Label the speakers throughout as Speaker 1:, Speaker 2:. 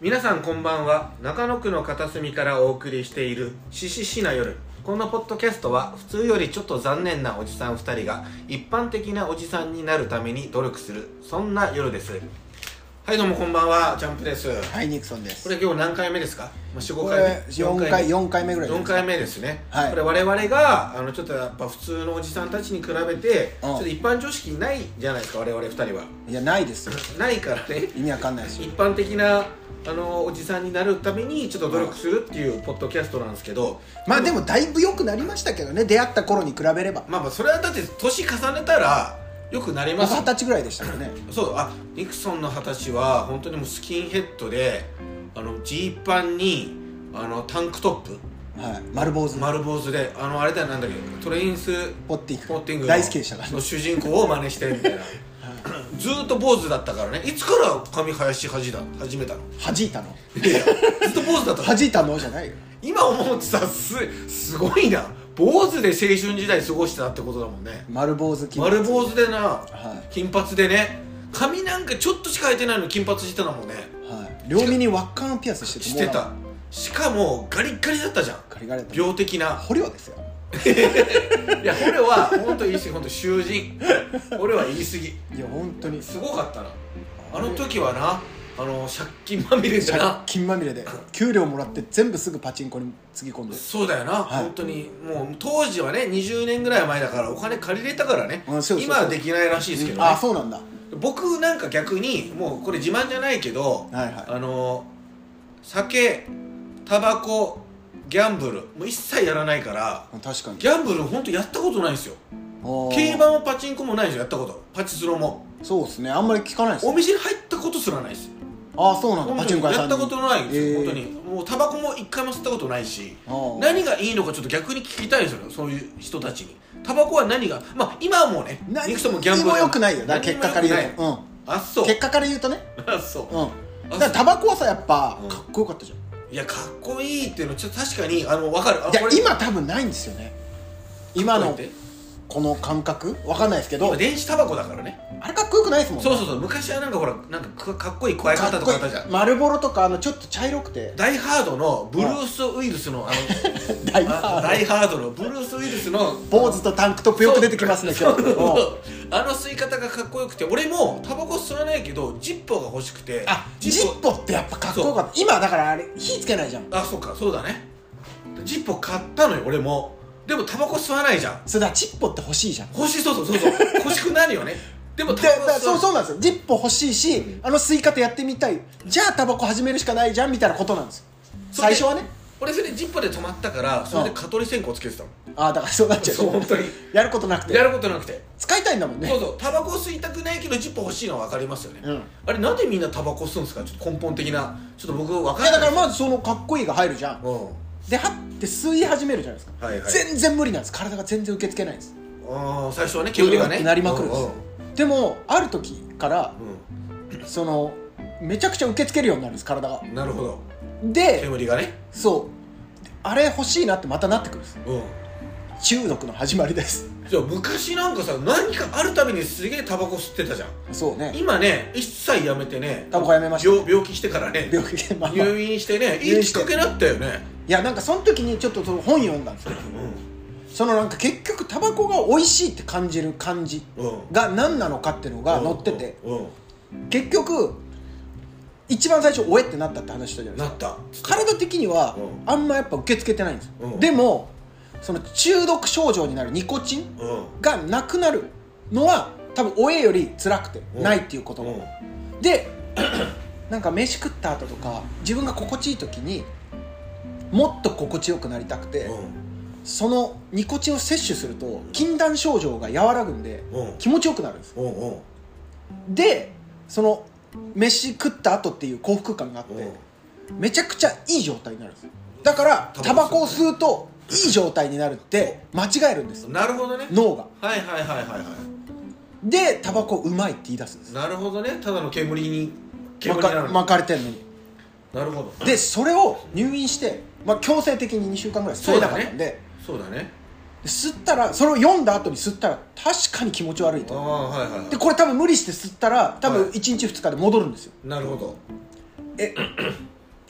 Speaker 1: 皆さんこんばんは中野区の片隅からお送りしている「しししな夜」このポッドキャストは普通よりちょっと残念なおじさん2人が一般的なおじさんになるために努力するそんな夜ですはいどうもこんばんはジャンプです
Speaker 2: はい、ニクソンです。
Speaker 1: これ今日何回目ですか45
Speaker 2: こ
Speaker 1: 回
Speaker 2: れ
Speaker 1: 目
Speaker 2: 4回、4回目ぐらい
Speaker 1: 4
Speaker 2: です。
Speaker 1: 回目ですね、
Speaker 2: はい
Speaker 1: これ我々があのちょっとやっぱ普通のおじさんたちに比べて、ちょっと一般常識ないじゃないですか我々2人はい
Speaker 2: や、ないですよ。
Speaker 1: ないからね
Speaker 2: 意味わかんないですよ
Speaker 1: 一。般的なあのおじさんになるためにちょっと努力するっていうポッドキャストなんですけど
Speaker 2: まあでも、だいぶ良くなりましたけどね、出会った頃に比べれば。
Speaker 1: まあまあそれはだって年重ねたらよくなり
Speaker 2: ま
Speaker 1: ま
Speaker 2: あ
Speaker 1: す
Speaker 2: 二十歳ぐらいでしたからね。
Speaker 1: そうあニクソンの二十歳は本当にもうスキンヘッドであのジーパンにあのタンクトップ
Speaker 2: はい。丸坊主。
Speaker 1: 丸坊主であのあれだよなんだっけトレインス
Speaker 2: ポッティング。
Speaker 1: ポッティングの
Speaker 2: 大好きでしたから
Speaker 1: の主人公を真似してみたいなずーっと坊主だったからねいつから髪生やし始めた始めたの
Speaker 2: 弾いたの。
Speaker 1: いやいやずっと坊主だったの
Speaker 2: 弾いたのじゃないよ。
Speaker 1: 今思うとさすすごいな坊主で青春時代過ごしてたってことだもんね
Speaker 2: 丸坊主金髪
Speaker 1: 丸坊主でな、
Speaker 2: い
Speaker 1: 金髪でね髪なんかちょっとしか生えてないのに金髪してたのもんね
Speaker 2: はい。両耳に輪っかのピアスしてて
Speaker 1: して。
Speaker 2: も
Speaker 1: たしかもガリッガリだったじゃん
Speaker 2: うガリガリだった。
Speaker 1: 病的な
Speaker 2: 捕虜ですよ。
Speaker 1: いや俺は本当言い過ぎ本当囚人俺は言い過ぎ
Speaker 2: いや、本当に。
Speaker 1: すごかったなあの時はなあの借金まみれじゃな
Speaker 2: 金まみれで。給料もらって全部すぐパチンコにつぎ込んで。
Speaker 1: そうだよな、
Speaker 2: はい
Speaker 1: 本当にもう当時はね20年ぐらい前だからお金借りれたからね、
Speaker 2: うんそうそうそう
Speaker 1: 今はできないらしいですけど、ね
Speaker 2: あ、そうなんだ。
Speaker 1: 僕なんか逆にもうこれ自慢じゃないけど、
Speaker 2: はいはい
Speaker 1: あの酒タバコギャンブルもう一切やらないから
Speaker 2: 確かに。
Speaker 1: ギャンブル本当やったことないんですよ
Speaker 2: あー
Speaker 1: 競馬もパチンコもないんですよやったことパチスロも
Speaker 2: そうですね。あんまり聞かないです
Speaker 1: お。店に入ったことすらないです
Speaker 2: ああそうなんだ
Speaker 1: 本
Speaker 2: パ
Speaker 1: 当
Speaker 2: チン
Speaker 1: に
Speaker 2: コ屋
Speaker 1: や
Speaker 2: さ
Speaker 1: っ
Speaker 2: ん
Speaker 1: たことないんですよ、
Speaker 2: え
Speaker 1: 本
Speaker 2: ー
Speaker 1: 当にもうタバコも一回も吸ったことないし
Speaker 2: あー
Speaker 1: 何がいいのかちょっと逆に聞きたいですよねそういう人たちにタバコは何がまあ今はもうね
Speaker 2: 何
Speaker 1: いくつもギャンブル
Speaker 2: 何も良くないよだから結果から
Speaker 1: 何も良
Speaker 2: 言う
Speaker 1: くない
Speaker 2: と、うん
Speaker 1: あそう
Speaker 2: 結果から言うとね
Speaker 1: あそう
Speaker 2: うん
Speaker 1: あ
Speaker 2: だからタバコはさやっぱ
Speaker 1: うん
Speaker 2: かっこよかったじゃん、
Speaker 1: いやかっこいいっていうのちょっと確かにあの分かるあ
Speaker 2: いや
Speaker 1: これ
Speaker 2: 今多分ないんですよね今
Speaker 1: こ
Speaker 2: の
Speaker 1: うやって
Speaker 2: この感覚わかんないですけど
Speaker 1: 今電子タバコだからね
Speaker 2: あれかっこよくないですもんね
Speaker 1: そうそうそう昔はなんかほらなんかかかっこいい加え
Speaker 2: か
Speaker 1: 方
Speaker 2: っ
Speaker 1: と
Speaker 2: こ
Speaker 1: か
Speaker 2: い
Speaker 1: あったじゃ
Speaker 2: い
Speaker 1: ん
Speaker 2: 丸ボロとかあのちょっと茶色くて
Speaker 1: ダイハードのブルース・ウィルスのあ
Speaker 2: 大
Speaker 1: のあダイハードのブルース・ウィルスの
Speaker 2: 坊主とタンクトップよく出てきますね今日うん
Speaker 1: あの吸い方がかっこよくて俺もタバコ吸わないけどジッポーが欲しくて
Speaker 2: あジッポってやっぱかっこよかった今だからあれ火つけないじゃん
Speaker 1: あそうかそうだねジッポー買ったのよ俺もでもタバコ吸わないじゃん
Speaker 2: それだからチッポって欲しいじゃん
Speaker 1: 欲しいそうそうそうそう欲しくなるよねでも
Speaker 2: で
Speaker 1: タ
Speaker 2: だ
Speaker 1: バ
Speaker 2: から
Speaker 1: コ吸わ
Speaker 2: そう
Speaker 1: ない
Speaker 2: そうなんですよジッポ欲しいし、あのスイカとやってみたいじゃあタバコ始めるしかないじゃんみたいなことなんですよ
Speaker 1: それ
Speaker 2: 最
Speaker 1: で
Speaker 2: 初はね
Speaker 1: 俺それでジッポーで止まったからそれで蚊取り線香つけてたの
Speaker 2: ああだからそうなっちゃう
Speaker 1: そう本当に
Speaker 2: やることなく
Speaker 1: や
Speaker 2: て
Speaker 1: ることなくて
Speaker 2: 使いたいんだもんね
Speaker 1: そうそうタバコ吸いたくないけどジッポー欲しいのは分かりますよね、
Speaker 2: うん
Speaker 1: あれなんでみんなタバコ吸うんですかちょっと根本的なちょっと僕分
Speaker 2: い
Speaker 1: か
Speaker 2: や
Speaker 1: んな
Speaker 2: だ
Speaker 1: い
Speaker 2: からまずそのかっこいいが入るじゃん
Speaker 1: うん
Speaker 2: ではって吸い始めるじゃないですか、
Speaker 1: はいはい
Speaker 2: 全然無理なんです体が全然受け付けないんです
Speaker 1: あー最初はね煙が
Speaker 2: う
Speaker 1: ね
Speaker 2: わなりまくるんで
Speaker 1: うん
Speaker 2: す
Speaker 1: うん
Speaker 2: でもある時から
Speaker 1: う
Speaker 2: そのめちゃくちゃ受け付けるようになるんです体が
Speaker 1: んなるほど
Speaker 2: で
Speaker 1: 煙がね
Speaker 2: そうあれ欲しいなってまたなってくるんです
Speaker 1: うん
Speaker 2: 中毒の始まりです
Speaker 1: じゃあ昔なんかさ何かあるたびにすげえタバコ吸ってたじゃん
Speaker 2: そうね
Speaker 1: 今ね一切やめてね
Speaker 2: タバコやめました
Speaker 1: 病病気してからね
Speaker 2: 病気でまあまあ
Speaker 1: 入院してねい
Speaker 2: 入
Speaker 1: いき
Speaker 2: 院
Speaker 1: っ
Speaker 2: して
Speaker 1: かけだったよね
Speaker 2: いやなんかその時にちょっとその本読んだんですよそのなんか結局タバコが美味しいって感じる感じ
Speaker 1: うん
Speaker 2: が何なのかっていうのが載ってて
Speaker 1: うん
Speaker 2: 結局一番最初「おえ」ってなったって話したじゃないで
Speaker 1: な
Speaker 2: す
Speaker 1: った
Speaker 2: か体的には
Speaker 1: うん
Speaker 2: あんまやっぱ受け付けてないんですよ
Speaker 1: うん
Speaker 2: でもその中毒症状になるニコチン
Speaker 1: うん
Speaker 2: がなくなるのは多分「おえ」より辛くて
Speaker 1: うん
Speaker 2: ないっていうこと
Speaker 1: うん
Speaker 2: で なんか飯食った後とか自分が心地いい時にもっと心地よくなりたくて、そのニコチンを摂取すると禁断症状が和らぐんで
Speaker 1: うんうん
Speaker 2: 気持ちよくなるんです
Speaker 1: うんうん
Speaker 2: でその飯食った後っていう幸福感があってめちゃくちゃいい状態になるんですだからタ
Speaker 1: タ
Speaker 2: バ
Speaker 1: バ
Speaker 2: コ
Speaker 1: コ
Speaker 2: を吸うといい状態になるって間違えるんです
Speaker 1: うんなるほどね
Speaker 2: 脳が
Speaker 1: はいはいはいはいは
Speaker 2: でタバコうまいって言い出すんで
Speaker 1: い
Speaker 2: す
Speaker 1: なるほどねただの煙に煙
Speaker 2: 巻
Speaker 1: になる
Speaker 2: か
Speaker 1: の
Speaker 2: 巻かれてんのに
Speaker 1: なるほど
Speaker 2: でそれを入院して、まあ、強制的に2週間ぐらい吸えなかったんで、
Speaker 1: そうだね
Speaker 2: で吸ったらそれを読んだ後に吸ったら確かに気持ち悪い
Speaker 1: あ
Speaker 2: と
Speaker 1: あはいはいはい
Speaker 2: でこれ多分無理して吸ったら多分
Speaker 1: は
Speaker 2: 1日2日で戻るんですよ、
Speaker 1: なるほど
Speaker 2: え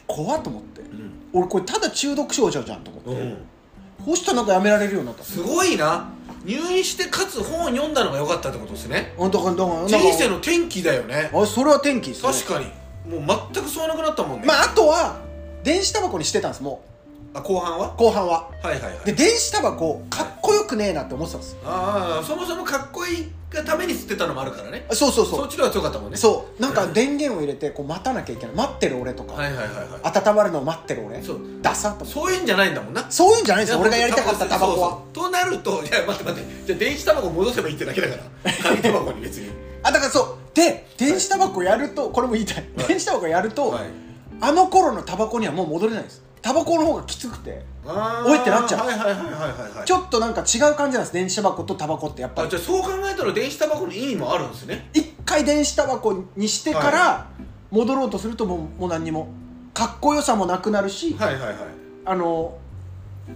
Speaker 2: 怖っと思って
Speaker 1: うん
Speaker 2: 俺これただ中毒症状じゃんと思って、
Speaker 1: うん
Speaker 2: こうしたらなんかやめられるようになった
Speaker 1: すごいな入院してかつ本を読んだのが良かったってことですね
Speaker 2: あだからだからなんか
Speaker 1: 人生の転機だよね
Speaker 2: あそれは天気ですね
Speaker 1: 確かにもう全く吸わなくなったもんね、
Speaker 2: まああとは電子タバコにしてたんですも
Speaker 1: あ、後半
Speaker 2: う
Speaker 1: は
Speaker 2: 後半は
Speaker 1: はいはいはい
Speaker 2: で電子タバコかっこよくねえなって思ってたんです
Speaker 1: ああそもそもかっこいいがために吸ってたのもあるからね
Speaker 2: あそうそう
Speaker 1: そ
Speaker 2: そ
Speaker 1: っちの方が強かったもん
Speaker 2: う
Speaker 1: ね
Speaker 2: そうなんか電源を入れてこう待たなきゃいけない待ってる俺とか、
Speaker 1: はいはいはいは
Speaker 2: 温まるのを待ってる俺
Speaker 1: いそう
Speaker 2: ダサっと思って
Speaker 1: そういうんじゃないんだもんな
Speaker 2: そういうんじゃないんですよ俺がやりたかったタバコは
Speaker 1: そうそうとなるといや待って待ってじゃあ電子タバコ戻せばいいってだけだ から紙タバコに別に
Speaker 2: あだからそうで電子タバコやるとこれも言いたい、
Speaker 1: はい
Speaker 2: 電子タバコやると、
Speaker 1: はい
Speaker 2: あの頃のタバコにはもう戻れないんですタバコの方がきつくて
Speaker 1: あー
Speaker 2: おいってなっちゃう
Speaker 1: はいはいはいはいはいはい
Speaker 2: ちょっとなんか違う感じなんです電子タバコとタバコってやっぱ
Speaker 1: あ
Speaker 2: り
Speaker 1: じゃあそう考えたら電子タバコの意味もあるんですね
Speaker 2: 一回電子タバコにしてから戻ろうとするともうもう何にもかっこよさもなくなるし、
Speaker 1: はいはいはい
Speaker 2: あの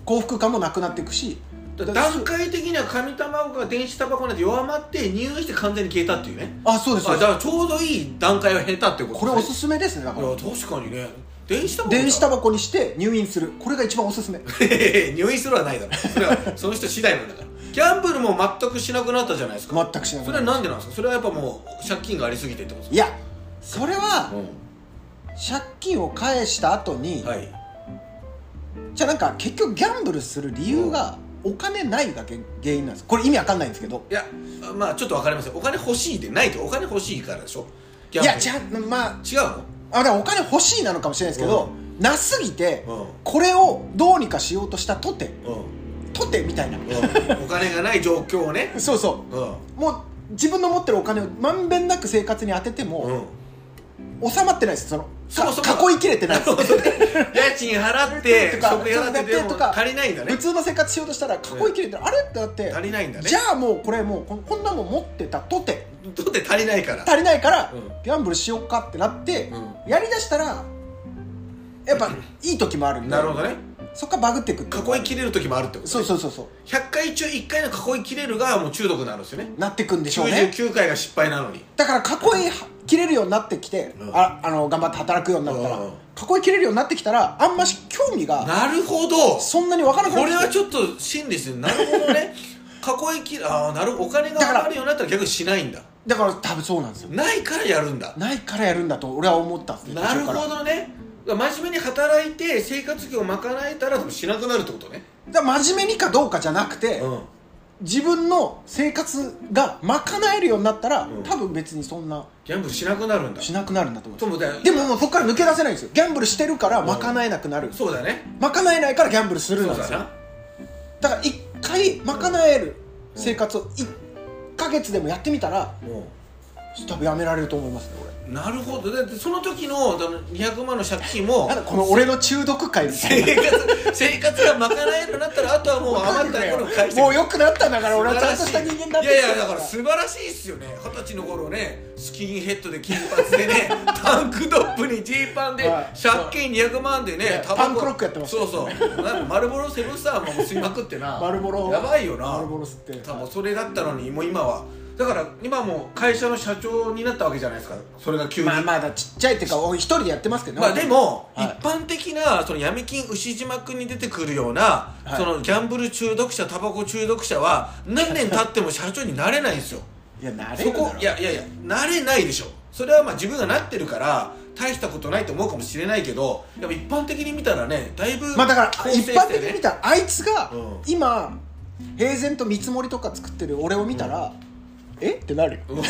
Speaker 2: 幸福感もなくなっていくし
Speaker 1: だ
Speaker 2: だ
Speaker 1: 段階的には紙タバコが電子タバコなんて弱まって入院して完全に消えたっていうね
Speaker 2: あそうですそ
Speaker 1: あ
Speaker 2: う
Speaker 1: だ
Speaker 2: です
Speaker 1: からちょうどいい段階を経たってこと
Speaker 2: これおす
Speaker 1: す
Speaker 2: すめですねだ
Speaker 1: め
Speaker 2: か
Speaker 1: い
Speaker 2: ら
Speaker 1: や確かにね電子タバコ
Speaker 2: 電子タ
Speaker 1: バ
Speaker 2: バコにして入院するこれが一番おすすめ
Speaker 1: コ 入院するはないだろそれはその人次第なんだからギャンブルも全くしなくなったじゃないですか
Speaker 2: 全くしな
Speaker 1: そ
Speaker 2: く
Speaker 1: れ
Speaker 2: な
Speaker 1: はいなんでなんですかそれはやっぱもう借金がありすぎてってことで
Speaker 2: いやそれは、
Speaker 1: すか
Speaker 2: 借金を返した後に、
Speaker 1: うんはい
Speaker 2: じゃあなんか結局ギャンブルする理由がお金ないが原原因なんですこれ意味わかんないんですけど
Speaker 1: いやまあちょっとわかりますよお金欲しいでないとお金欲しいからでしょ
Speaker 2: い
Speaker 1: ギャンブル
Speaker 2: やじゃあま
Speaker 1: 違うの
Speaker 2: ああでもお金欲しいなのかもしれないですけど、なすぎて、
Speaker 1: うん
Speaker 2: これをどうにかしようとしたとて
Speaker 1: うん
Speaker 2: とてみたいな、
Speaker 1: お金がない状況をね
Speaker 2: そうそ
Speaker 1: うんうん
Speaker 2: うもう自分の持ってるお金をまんべんなく生活に当てても、収まってないですそのか
Speaker 1: そもそも
Speaker 2: 囲いきれて ないです
Speaker 1: 家賃払って
Speaker 2: とか
Speaker 1: 食費払ってで
Speaker 2: と
Speaker 1: も
Speaker 2: か
Speaker 1: 足りないんだね
Speaker 2: 普通の生活しようとしたら囲いきれてない、あれってなって
Speaker 1: 足りないんだね
Speaker 2: じゃあもうこれもうここんなもん持ってたとて
Speaker 1: だって足りないから
Speaker 2: 足りないから、
Speaker 1: うん
Speaker 2: ギャンブルしようかってなって、
Speaker 1: う
Speaker 2: やりだしたらや っぱいい時もあるんで
Speaker 1: なるほどね
Speaker 2: そっからバグっていくってうか
Speaker 1: 囲い切れる時もあるってことね
Speaker 2: そうそうそうそう
Speaker 1: 100回中1回の囲い切れるがもう中毒になるんですよね
Speaker 2: なってくんでしょうね
Speaker 1: 99回が失敗なのに
Speaker 2: だから囲い切れるようになってきて、
Speaker 1: うん
Speaker 2: ああの頑張って働くようになったら、
Speaker 1: うん
Speaker 2: 囲い切れるようになってきたらあんまし興味が
Speaker 1: なるほど
Speaker 2: そんなにわからなくな
Speaker 1: これは
Speaker 2: ょ
Speaker 1: ちょっと真理ですねなるほど ね囲い切るああなるお金が
Speaker 2: だから
Speaker 1: あるようになったら逆にしないんだ
Speaker 2: だから多分そうなんですよ
Speaker 1: ないからやるんだ
Speaker 2: ないからやるんだと俺は思ったんですね
Speaker 1: なるほ
Speaker 2: 途中か
Speaker 1: どね真面目に働いて生活費を賄えたらでもしなくなるってことね
Speaker 2: らだから真面目にかどうかじゃなくて、
Speaker 1: うん
Speaker 2: 自分の生活が賄えるようになったら、
Speaker 1: うん
Speaker 2: 多分別にそんな
Speaker 1: ギャンブルしなくなるんだ
Speaker 2: しなくなるんだと思
Speaker 1: そ
Speaker 2: います
Speaker 1: うだよ
Speaker 2: でももうそこから抜け出せないんですよギャンブルしてるから賄えなくなる
Speaker 1: そうだね
Speaker 2: 賄えないからギャンブルする
Speaker 1: そ
Speaker 2: なん
Speaker 1: う
Speaker 2: で
Speaker 1: だ
Speaker 2: すよ
Speaker 1: な
Speaker 2: だから一回賄える生活を1ヶ月でもやってみたら
Speaker 1: も
Speaker 2: 多分やめられると思いますね
Speaker 1: うなるほどだってその時のだの200万の借金も
Speaker 2: 俺 なんだこの俺の中毒会みたい
Speaker 1: 生
Speaker 2: な
Speaker 1: 活生活が賄えるようになったらあとはもう余った分を返して
Speaker 2: もう良くなったんだから
Speaker 1: 素
Speaker 2: 俺
Speaker 1: 晴
Speaker 2: は
Speaker 1: ら
Speaker 2: ちゃんと
Speaker 1: し
Speaker 2: し
Speaker 1: い
Speaker 2: た人間だって
Speaker 1: いやいやだから素晴らしいっすよね二十歳の頃ねスキンヘッドで金髪でねタンクトップにジーパンで
Speaker 2: はい
Speaker 1: 借金200万で
Speaker 2: いや
Speaker 1: ねタバコ
Speaker 2: パンクロックやってました
Speaker 1: そうそうなマルボロセブンスターも吸いまくってな
Speaker 2: マルボロ
Speaker 1: やばいよな
Speaker 2: マルボロ吸って
Speaker 1: 多分それだったのにもう今はだから今も会社の社長になったわけじゃないですかそれが急に
Speaker 2: まあまあだちっちゃいっていうか俺一人でやってますけどね
Speaker 1: まあでも、
Speaker 2: はい
Speaker 1: 一般的なその闇金牛島君に出てくるような、
Speaker 2: はい
Speaker 1: そのギャンブル中毒者タバコ中毒者は何年経っても社長になれないんですよ
Speaker 2: いや慣れ
Speaker 1: そ
Speaker 2: るだろ
Speaker 1: こいやいやいやなれないでしょそれはまあ自分がなってるから大したことないと思うかもしれないけどやっぱ一般的に見たらねだいぶ
Speaker 2: まあだから
Speaker 1: 構成
Speaker 2: 一
Speaker 1: してね
Speaker 2: 般的に見たらあいつが
Speaker 1: うん
Speaker 2: 今平然と見積もりとか作ってる俺を見たら、えってなるよ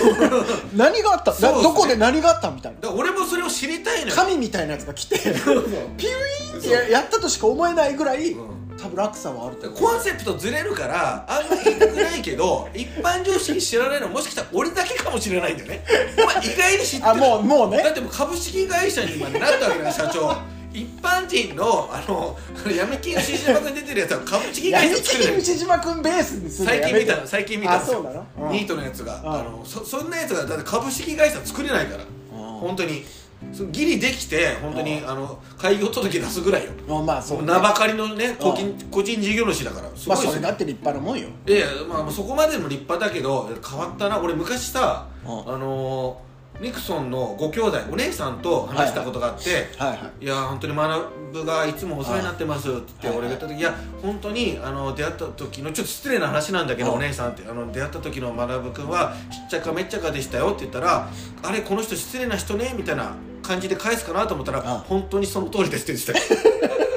Speaker 2: 何があっ
Speaker 1: そ
Speaker 2: た、
Speaker 1: うっす
Speaker 2: な
Speaker 1: ね
Speaker 2: どこで何があったみたいな
Speaker 1: だから俺もそれを知りたいのよ
Speaker 2: 神みたいなやつが来てピュイーンってややったとしか思えないぐらい、
Speaker 1: う
Speaker 2: 多分落差はあると思う
Speaker 1: コンセプトずれるからあんまり言いたくないけ ど一般常識に知らないのはもしかしたら俺だけかもしれないんだよね、まあ、意外に知ってる
Speaker 2: あもうもう
Speaker 1: だ
Speaker 2: ね
Speaker 1: ってもう株式会社に今なったわけだよ社長一般人のあのあの闇金新島君出てるやつは株式会
Speaker 2: 闇
Speaker 1: 社作る
Speaker 2: 金西島君ベースにするの
Speaker 1: 最
Speaker 2: や
Speaker 1: 近
Speaker 2: め
Speaker 1: 見
Speaker 2: て
Speaker 1: たの最近見たんですよ
Speaker 2: あそうなのうん
Speaker 1: ニートのやつが、
Speaker 2: うん
Speaker 1: あのそそんなやつがだって株式会社作れないから、本当にそギリできて本当に、
Speaker 2: う
Speaker 1: あの開業届出すぐらいよ、
Speaker 2: まあまあそう
Speaker 1: もう
Speaker 2: ね
Speaker 1: 名ばかりのね個人,、個人事業主だからす
Speaker 2: ま
Speaker 1: ご
Speaker 2: あ
Speaker 1: いです
Speaker 2: それ
Speaker 1: よ
Speaker 2: だって立派なもんよ
Speaker 1: いやいや、まあ、そこまでも立派だけど変わったな俺昔さ、
Speaker 2: うん
Speaker 1: あのーニクソンのご兄弟お姉さんと話したことがあって、
Speaker 2: はいはい
Speaker 1: いや本当に学がいつもお世話になってますって言って
Speaker 2: はい
Speaker 1: 俺が言った時いや本当にあの出会った時のちょっと失礼な話なんだけど
Speaker 2: は
Speaker 1: お
Speaker 2: い
Speaker 1: 姉さんってあの出会った時の学君はちっちゃかめっちゃかでしたよって言ったらあれこの人失礼な人ねみたいな感じで返すかなと思ったら
Speaker 2: あ
Speaker 1: 本当にその通りですって言 ってた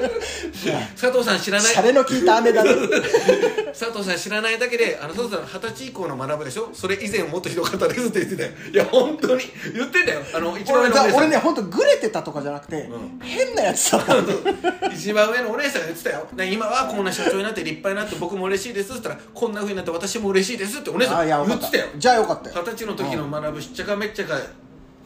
Speaker 1: 佐藤さん知らない
Speaker 2: シャレの効いた姉だね
Speaker 1: 佐藤さん知らないだけであの佐藤さん二十歳以降の学ぶでしょそれ以前もっとひどかったですって言ってたよいや本当に言ってたよあ の一番上
Speaker 2: 俺
Speaker 1: のお姉
Speaker 2: 俺ね
Speaker 1: さん
Speaker 2: 本当グレてたとかじゃなくて、
Speaker 1: うん
Speaker 2: 変なやつだった
Speaker 1: 一番上のお姉さんが言ってたよね今はこんな社長になって立派になって僕も嬉しいですって言ったらこんなふうになって私も嬉しいですってお姉さ
Speaker 2: あ
Speaker 1: ん
Speaker 2: いや分
Speaker 1: 言
Speaker 2: か
Speaker 1: っ
Speaker 2: ってた
Speaker 1: たよ
Speaker 2: じゃあよかったよ
Speaker 1: 二十歳の時の学ぶしっちゃかめっちゃかっ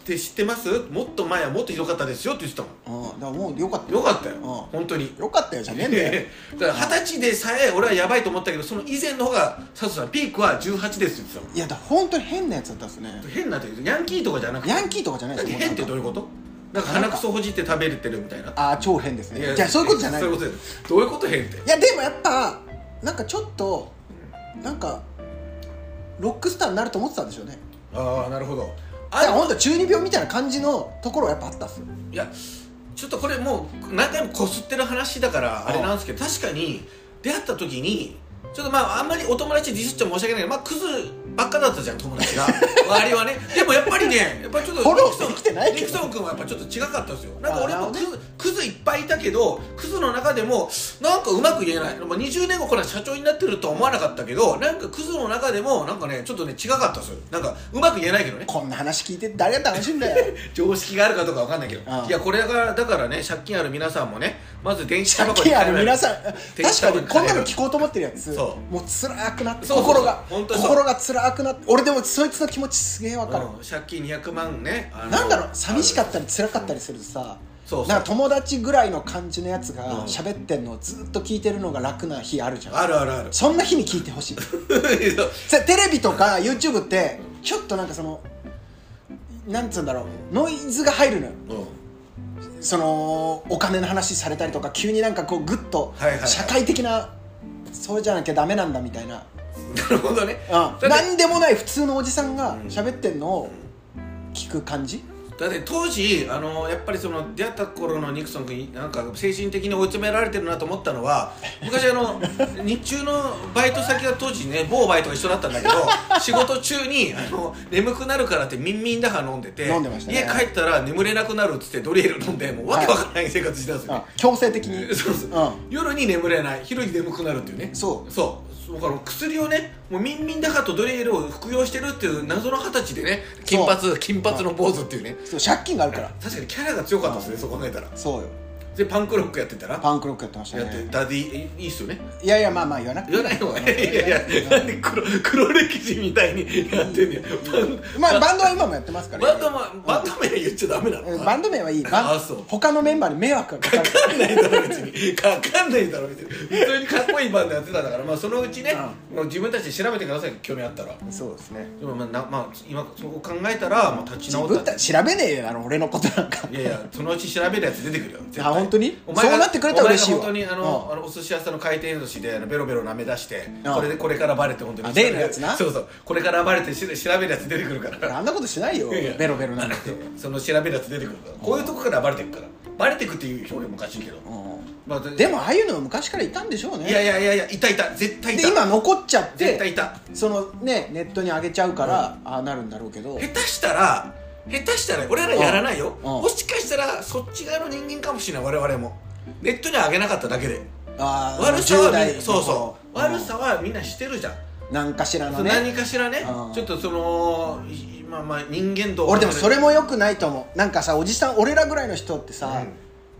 Speaker 1: て知ってますもっと前はもっとひどかったですよって言ってたも
Speaker 2: うん、だからもうよかった
Speaker 1: んよかったよ
Speaker 2: ん
Speaker 1: 本当に
Speaker 2: よかったよじゃねえんだよ
Speaker 1: だから二十歳でさえ俺はやばいと思ったけどその以前の方が佐藤さんピークは18ですって言ってたもん
Speaker 2: いやだから本当に変なやつだったんですね
Speaker 1: 変なって言うとヤンキーとかじゃなくて
Speaker 2: ヤンキーとかじゃないですよ
Speaker 1: 変ってどういうことなんか鼻くそほじって食べれてるみたいな
Speaker 2: ああ超変です
Speaker 1: いや
Speaker 2: ねじゃあそういうことじゃないい
Speaker 1: そういうことですどういうこと変って
Speaker 2: やでもやっぱなんかちょっとなんかロックスターになると思ってたんでしょうね
Speaker 1: ああなるほど
Speaker 2: あ
Speaker 1: あ
Speaker 2: 本当中二病みたいな感じのところはやっぱあったっす
Speaker 1: いやちょっとこれもう何回もこすってる話だからあれなんですけど確かに出会った時にちょっとまああんまりお友達ディスっちゃ申し訳ないけどまあクズばっかだったじゃん友 達が周りはねでもやっぱりねやっぱちょっと
Speaker 2: フォローしてきてないけど
Speaker 1: ニクソン君はやっぱちょっと違かったですよなんか俺
Speaker 2: あなる
Speaker 1: も
Speaker 2: ほ
Speaker 1: ク
Speaker 2: ど
Speaker 1: ズ
Speaker 2: ね
Speaker 1: クズいっぱいいたけどクズの中でもなんかうまく言えないまあ20年後から社長になってるとは思わなかったけどなんかクズの中でもなんかねちょっとね違かったですよなんかうまく言えないけどね
Speaker 2: こんな話聞いて誰が楽しいんだよ
Speaker 1: 常識があるかどうかわかんないけど
Speaker 2: ああ
Speaker 1: いやこれがだからね借金ある皆さんもねまず電子タ
Speaker 2: 借
Speaker 1: バコ
Speaker 2: 金ある皆
Speaker 1: ん
Speaker 2: さん
Speaker 1: 手
Speaker 2: 確かにこんなの聞
Speaker 1: こ
Speaker 2: こうと思ってるやつ
Speaker 1: そ
Speaker 2: もう辛くなって
Speaker 1: そうそうそう
Speaker 2: 心が
Speaker 1: 本当にそう
Speaker 2: 心が辛くなって俺でもそいつの気持ちすげえわかる、
Speaker 1: 借金200万ねあの
Speaker 2: なんだろう寂しかったり辛かったりするとさ
Speaker 1: そうそう
Speaker 2: なんか友達ぐらいの感じのやつ
Speaker 1: うん
Speaker 2: が喋ってんのをずっと聞いてるのが楽な日あるじゃん
Speaker 1: あるあるあ る
Speaker 2: そんな日に聞いてほ しい
Speaker 1: そう
Speaker 2: さテレビとか YouTube ってちょっとなんかそのなんつうんだろうノイズが入るのよ
Speaker 1: うん
Speaker 2: そのお金の話されたりとか急になんかこうグッと
Speaker 1: はいはいはい
Speaker 2: 社会的なそれじゃなきゃダメなんだみたいな
Speaker 1: なるほどねだって
Speaker 2: うんなんでもない普通のおじさんが
Speaker 1: うん
Speaker 2: 喋ってんのを聞く感じ
Speaker 1: だって当時あのやっぱりその出会った頃のニクソン君なんか精神的に追い詰められてるなと思ったの は昔あの日中のバイト先が当時ね某バイトが一緒だったんだけど仕事中にあの眠くなるからってミンミンだハ飲んでて
Speaker 2: 飲んでましたね
Speaker 1: 家帰ったら眠れなくなるっつってドリエル飲んでもうわけわかんない生活してたんですよ、
Speaker 2: うん強制的に
Speaker 1: そうそう
Speaker 2: う
Speaker 1: 夜に眠れない昼に眠くなるっていうね
Speaker 2: んそう
Speaker 1: そうだから薬をねもうミンミンだハとドリエルを服用してるっていう謎の二十歳でね金髪金髪の坊主っていうね
Speaker 2: そう借金があるから
Speaker 1: 確かにキャラが強かったですね、そう考えたら
Speaker 2: そうよ
Speaker 1: でパンクロックやってたら
Speaker 2: パンクロックやってました
Speaker 1: やって
Speaker 2: ね
Speaker 1: ダディいいっすよね
Speaker 2: いやいやまあまあ言わなくて
Speaker 1: 言わない方がいやいやいやなんで黒黒歴史みたいにやってんねや
Speaker 2: まあバンドは今もやってますか
Speaker 1: パンバ
Speaker 2: ら
Speaker 1: ンドマンバンド名言っちゃダメなの
Speaker 2: えバンド名はいいバン
Speaker 1: あそう
Speaker 2: 他のメンバーに迷惑がかかる
Speaker 1: かかんないだろ別にかかんないだろ別に普通にかっこいいバンドやってたんだからまあそのうちね、もう自分たちで調べてください興味あったら
Speaker 2: そうですね
Speaker 1: でもまあな、まあ、今そこ考えたら、まあ、立ち
Speaker 2: 自
Speaker 1: 直
Speaker 2: 分
Speaker 1: った
Speaker 2: たち調べねえよな俺のことなんか
Speaker 1: いやいやそのうち調べるやつ出てくるよ絶対
Speaker 2: あ本当に
Speaker 1: お前が
Speaker 2: そうなってくれたら嬉しいわ
Speaker 1: お前が本当にあの、
Speaker 2: うん
Speaker 1: あのお寿司屋さんの回転寿司であのベロベロ舐め出して、
Speaker 2: うん
Speaker 1: これでこれからバレて本当
Speaker 2: あ
Speaker 1: に
Speaker 2: 例のやつな
Speaker 1: そうそうこれからバレてし調べるやつ出てくるから
Speaker 2: あんなことしないよ
Speaker 1: いやいや
Speaker 2: ベロベロなんて
Speaker 1: その調べるやつ出てくるからこういうとこからバレてくからバレてくっていう表現もおかしいけど、
Speaker 2: う
Speaker 1: まあ、
Speaker 2: んでもああいうのは昔からいたんでしょうね
Speaker 1: いやいやいやいやいたいた絶対い
Speaker 2: で
Speaker 1: た
Speaker 2: 今残っちゃっ
Speaker 1: 絶対
Speaker 2: て
Speaker 1: いた
Speaker 2: そのねネットに上げちゃうからああなるんだろうけど
Speaker 1: 下手したら下手したら俺らやらないよ、
Speaker 2: ん
Speaker 1: もしかしたらそっち側の人間かもしれない我々もネットには上げなかっただけで
Speaker 2: ああ
Speaker 1: 悪さは
Speaker 2: 10代
Speaker 1: み
Speaker 2: の
Speaker 1: そうそう
Speaker 2: 頃
Speaker 1: 悪さはみんなしてるじゃん、
Speaker 2: うんなんかしら
Speaker 1: そ
Speaker 2: の
Speaker 1: う
Speaker 2: ね
Speaker 1: 何かしらね
Speaker 2: うん
Speaker 1: ちょっとそのいまあまあ人間道
Speaker 2: 俺でもそれもよくないと思うなんかさおじさん俺らぐらいの人ってさ、
Speaker 1: うん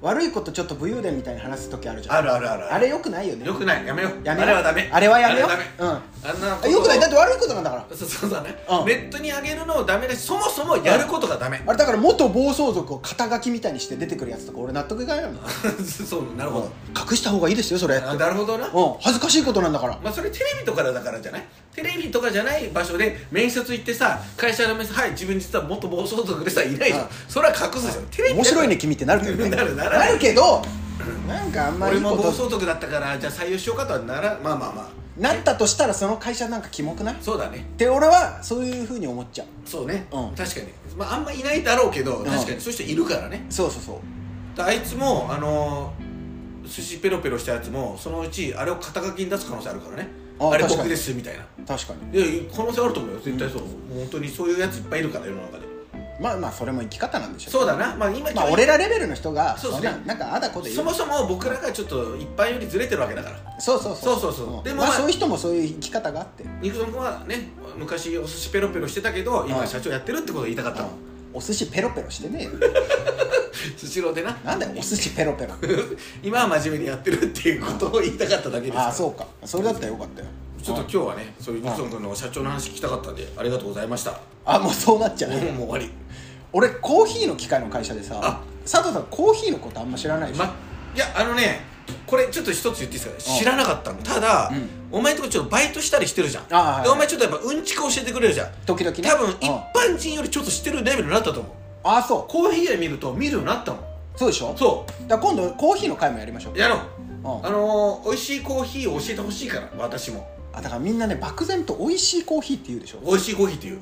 Speaker 2: 悪いことちょっと武勇伝みたいに話す時あるじゃん
Speaker 1: あるあるある
Speaker 2: あれよくないよね
Speaker 1: よくないやめよう
Speaker 2: や
Speaker 1: あ
Speaker 2: めよう
Speaker 1: れはダメ
Speaker 2: あれはやめよう
Speaker 1: あれはダメあんなこ
Speaker 2: あ
Speaker 1: と
Speaker 2: よくないだって悪いことなんだから
Speaker 1: そうそうだね、
Speaker 2: うん
Speaker 1: ネットに上げるのをダメだしそもそもやることがダメ、
Speaker 2: あれだから元暴走族を肩書きみたいにして出てくるやつとか俺納得いかないよな
Speaker 1: そうなるほど、
Speaker 2: 隠した方がいいですよそれって
Speaker 1: あなるほどな、
Speaker 2: うん恥ずかしいことなんだから
Speaker 1: まあ、それテレビとかだからじゃないテレビとかじゃない場所で面接行ってさ会社の面接はい自分実は元暴走族でさいないじゃん、
Speaker 2: うん
Speaker 1: それは隠すじゃんテレビ
Speaker 2: 面白い
Speaker 1: だ
Speaker 2: ね
Speaker 1: か
Speaker 2: 君ってなるけどね
Speaker 1: なるなる
Speaker 2: けどなんかあん
Speaker 1: ら
Speaker 2: まりい
Speaker 1: 俺も
Speaker 2: いこ
Speaker 1: 暴
Speaker 2: と
Speaker 1: 走族だったからじゃあ採用しようかとはならまあまあまあ
Speaker 2: なったとしたらその会社なんかキモくないっ
Speaker 1: そうだね
Speaker 2: て俺はそういうふうに思っちゃう
Speaker 1: そうね、
Speaker 2: うん
Speaker 1: 確かに、まあ、あんまいないだろうけど
Speaker 2: ん
Speaker 1: 確かにそういう人いるからね
Speaker 2: そうそうそう
Speaker 1: だあいつもあのー寿司ペロペロしたやつもそのうちあれを肩書きに出す可能性あるからね
Speaker 2: あ
Speaker 1: あれ
Speaker 2: 確か
Speaker 1: 僕
Speaker 2: に
Speaker 1: ですみたいない
Speaker 2: 確かに
Speaker 1: や可能性あると思うよ絶対そう、もう本当にそういうやついっぱいいるから世の中で
Speaker 2: まあまあそれも生き方なんでしょ
Speaker 1: そうだなまあ今
Speaker 2: まあ俺らレベルの人が
Speaker 1: そう
Speaker 2: そ
Speaker 1: です
Speaker 2: ん
Speaker 1: ね
Speaker 2: ななんかあだこで言
Speaker 1: そうもそも僕らがちょっと一般よりずれてるわけだから
Speaker 2: そうそうそう
Speaker 1: そうそうそうんでも
Speaker 2: まあ
Speaker 1: まあ
Speaker 2: そういう人もそういう生き方があって
Speaker 1: 肉丼君はね昔お寿司ペロペロしてたけど
Speaker 2: う
Speaker 1: 今
Speaker 2: ん
Speaker 1: 社長やってるってことを言いたかったの
Speaker 2: お寿司ペロペロしてねえよ
Speaker 1: スシローでな
Speaker 2: なんだよお寿司ペロ ペロ
Speaker 1: 今は真面目にやってるっていうことを言いたかっただけですから
Speaker 2: ああそうかそれだったらよかったよ
Speaker 1: ちょっと今日はねそういう肉丼君の社長の話聞きたかったんでありがとうございました
Speaker 2: あもうそうなっちゃう
Speaker 1: もうもう終わり
Speaker 2: 俺コーヒーの機械の会社でさ
Speaker 1: あ
Speaker 2: 佐藤さんコーヒーのことあんま知らないでしょ、
Speaker 1: ま、いやあのねこれちょっと一つ言っていいですか知らなかったのただ、
Speaker 2: うん
Speaker 1: お前んとこちょっとバイトしたりしてるじゃん
Speaker 2: あはいはい
Speaker 1: でお前ちょっとやっぱうんちく教えてくれるじゃん
Speaker 2: 時々ね
Speaker 1: 多分
Speaker 2: うん
Speaker 1: 一般人よりちょっと知ってるレベルになったと思う
Speaker 2: ああそ
Speaker 1: コーヒー屋見ると見るようになったもん
Speaker 2: うそうでしょ
Speaker 1: そ
Speaker 2: だから今度コーヒーの会もやりましょう
Speaker 1: うやろう
Speaker 2: うん
Speaker 1: あのー、美味しいコーヒーを教えてほしいから私も
Speaker 2: あだからみんなね漠然と美味しいコーヒーって言うでしょ
Speaker 1: 美味しいコーヒーっていう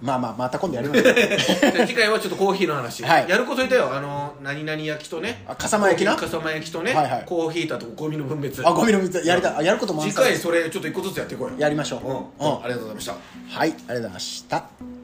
Speaker 2: まあまあまた今度やりましょう
Speaker 1: じゃあ次回はちょっとコーヒーの話、
Speaker 2: はい
Speaker 1: やることいたよあのー、何々焼きとね
Speaker 2: あ笠間焼きな
Speaker 1: コーヒー笠間焼きとね、
Speaker 2: はいはい
Speaker 1: コーヒーとあとゴミの分別
Speaker 2: あゴミの水やりたいあやることもあ
Speaker 1: 次
Speaker 2: るから
Speaker 1: 回それちょっと一個ずつやっていこうよ
Speaker 2: やりましょう
Speaker 1: うん、
Speaker 2: うん
Speaker 1: ありがとうございました
Speaker 2: はいありがとうございました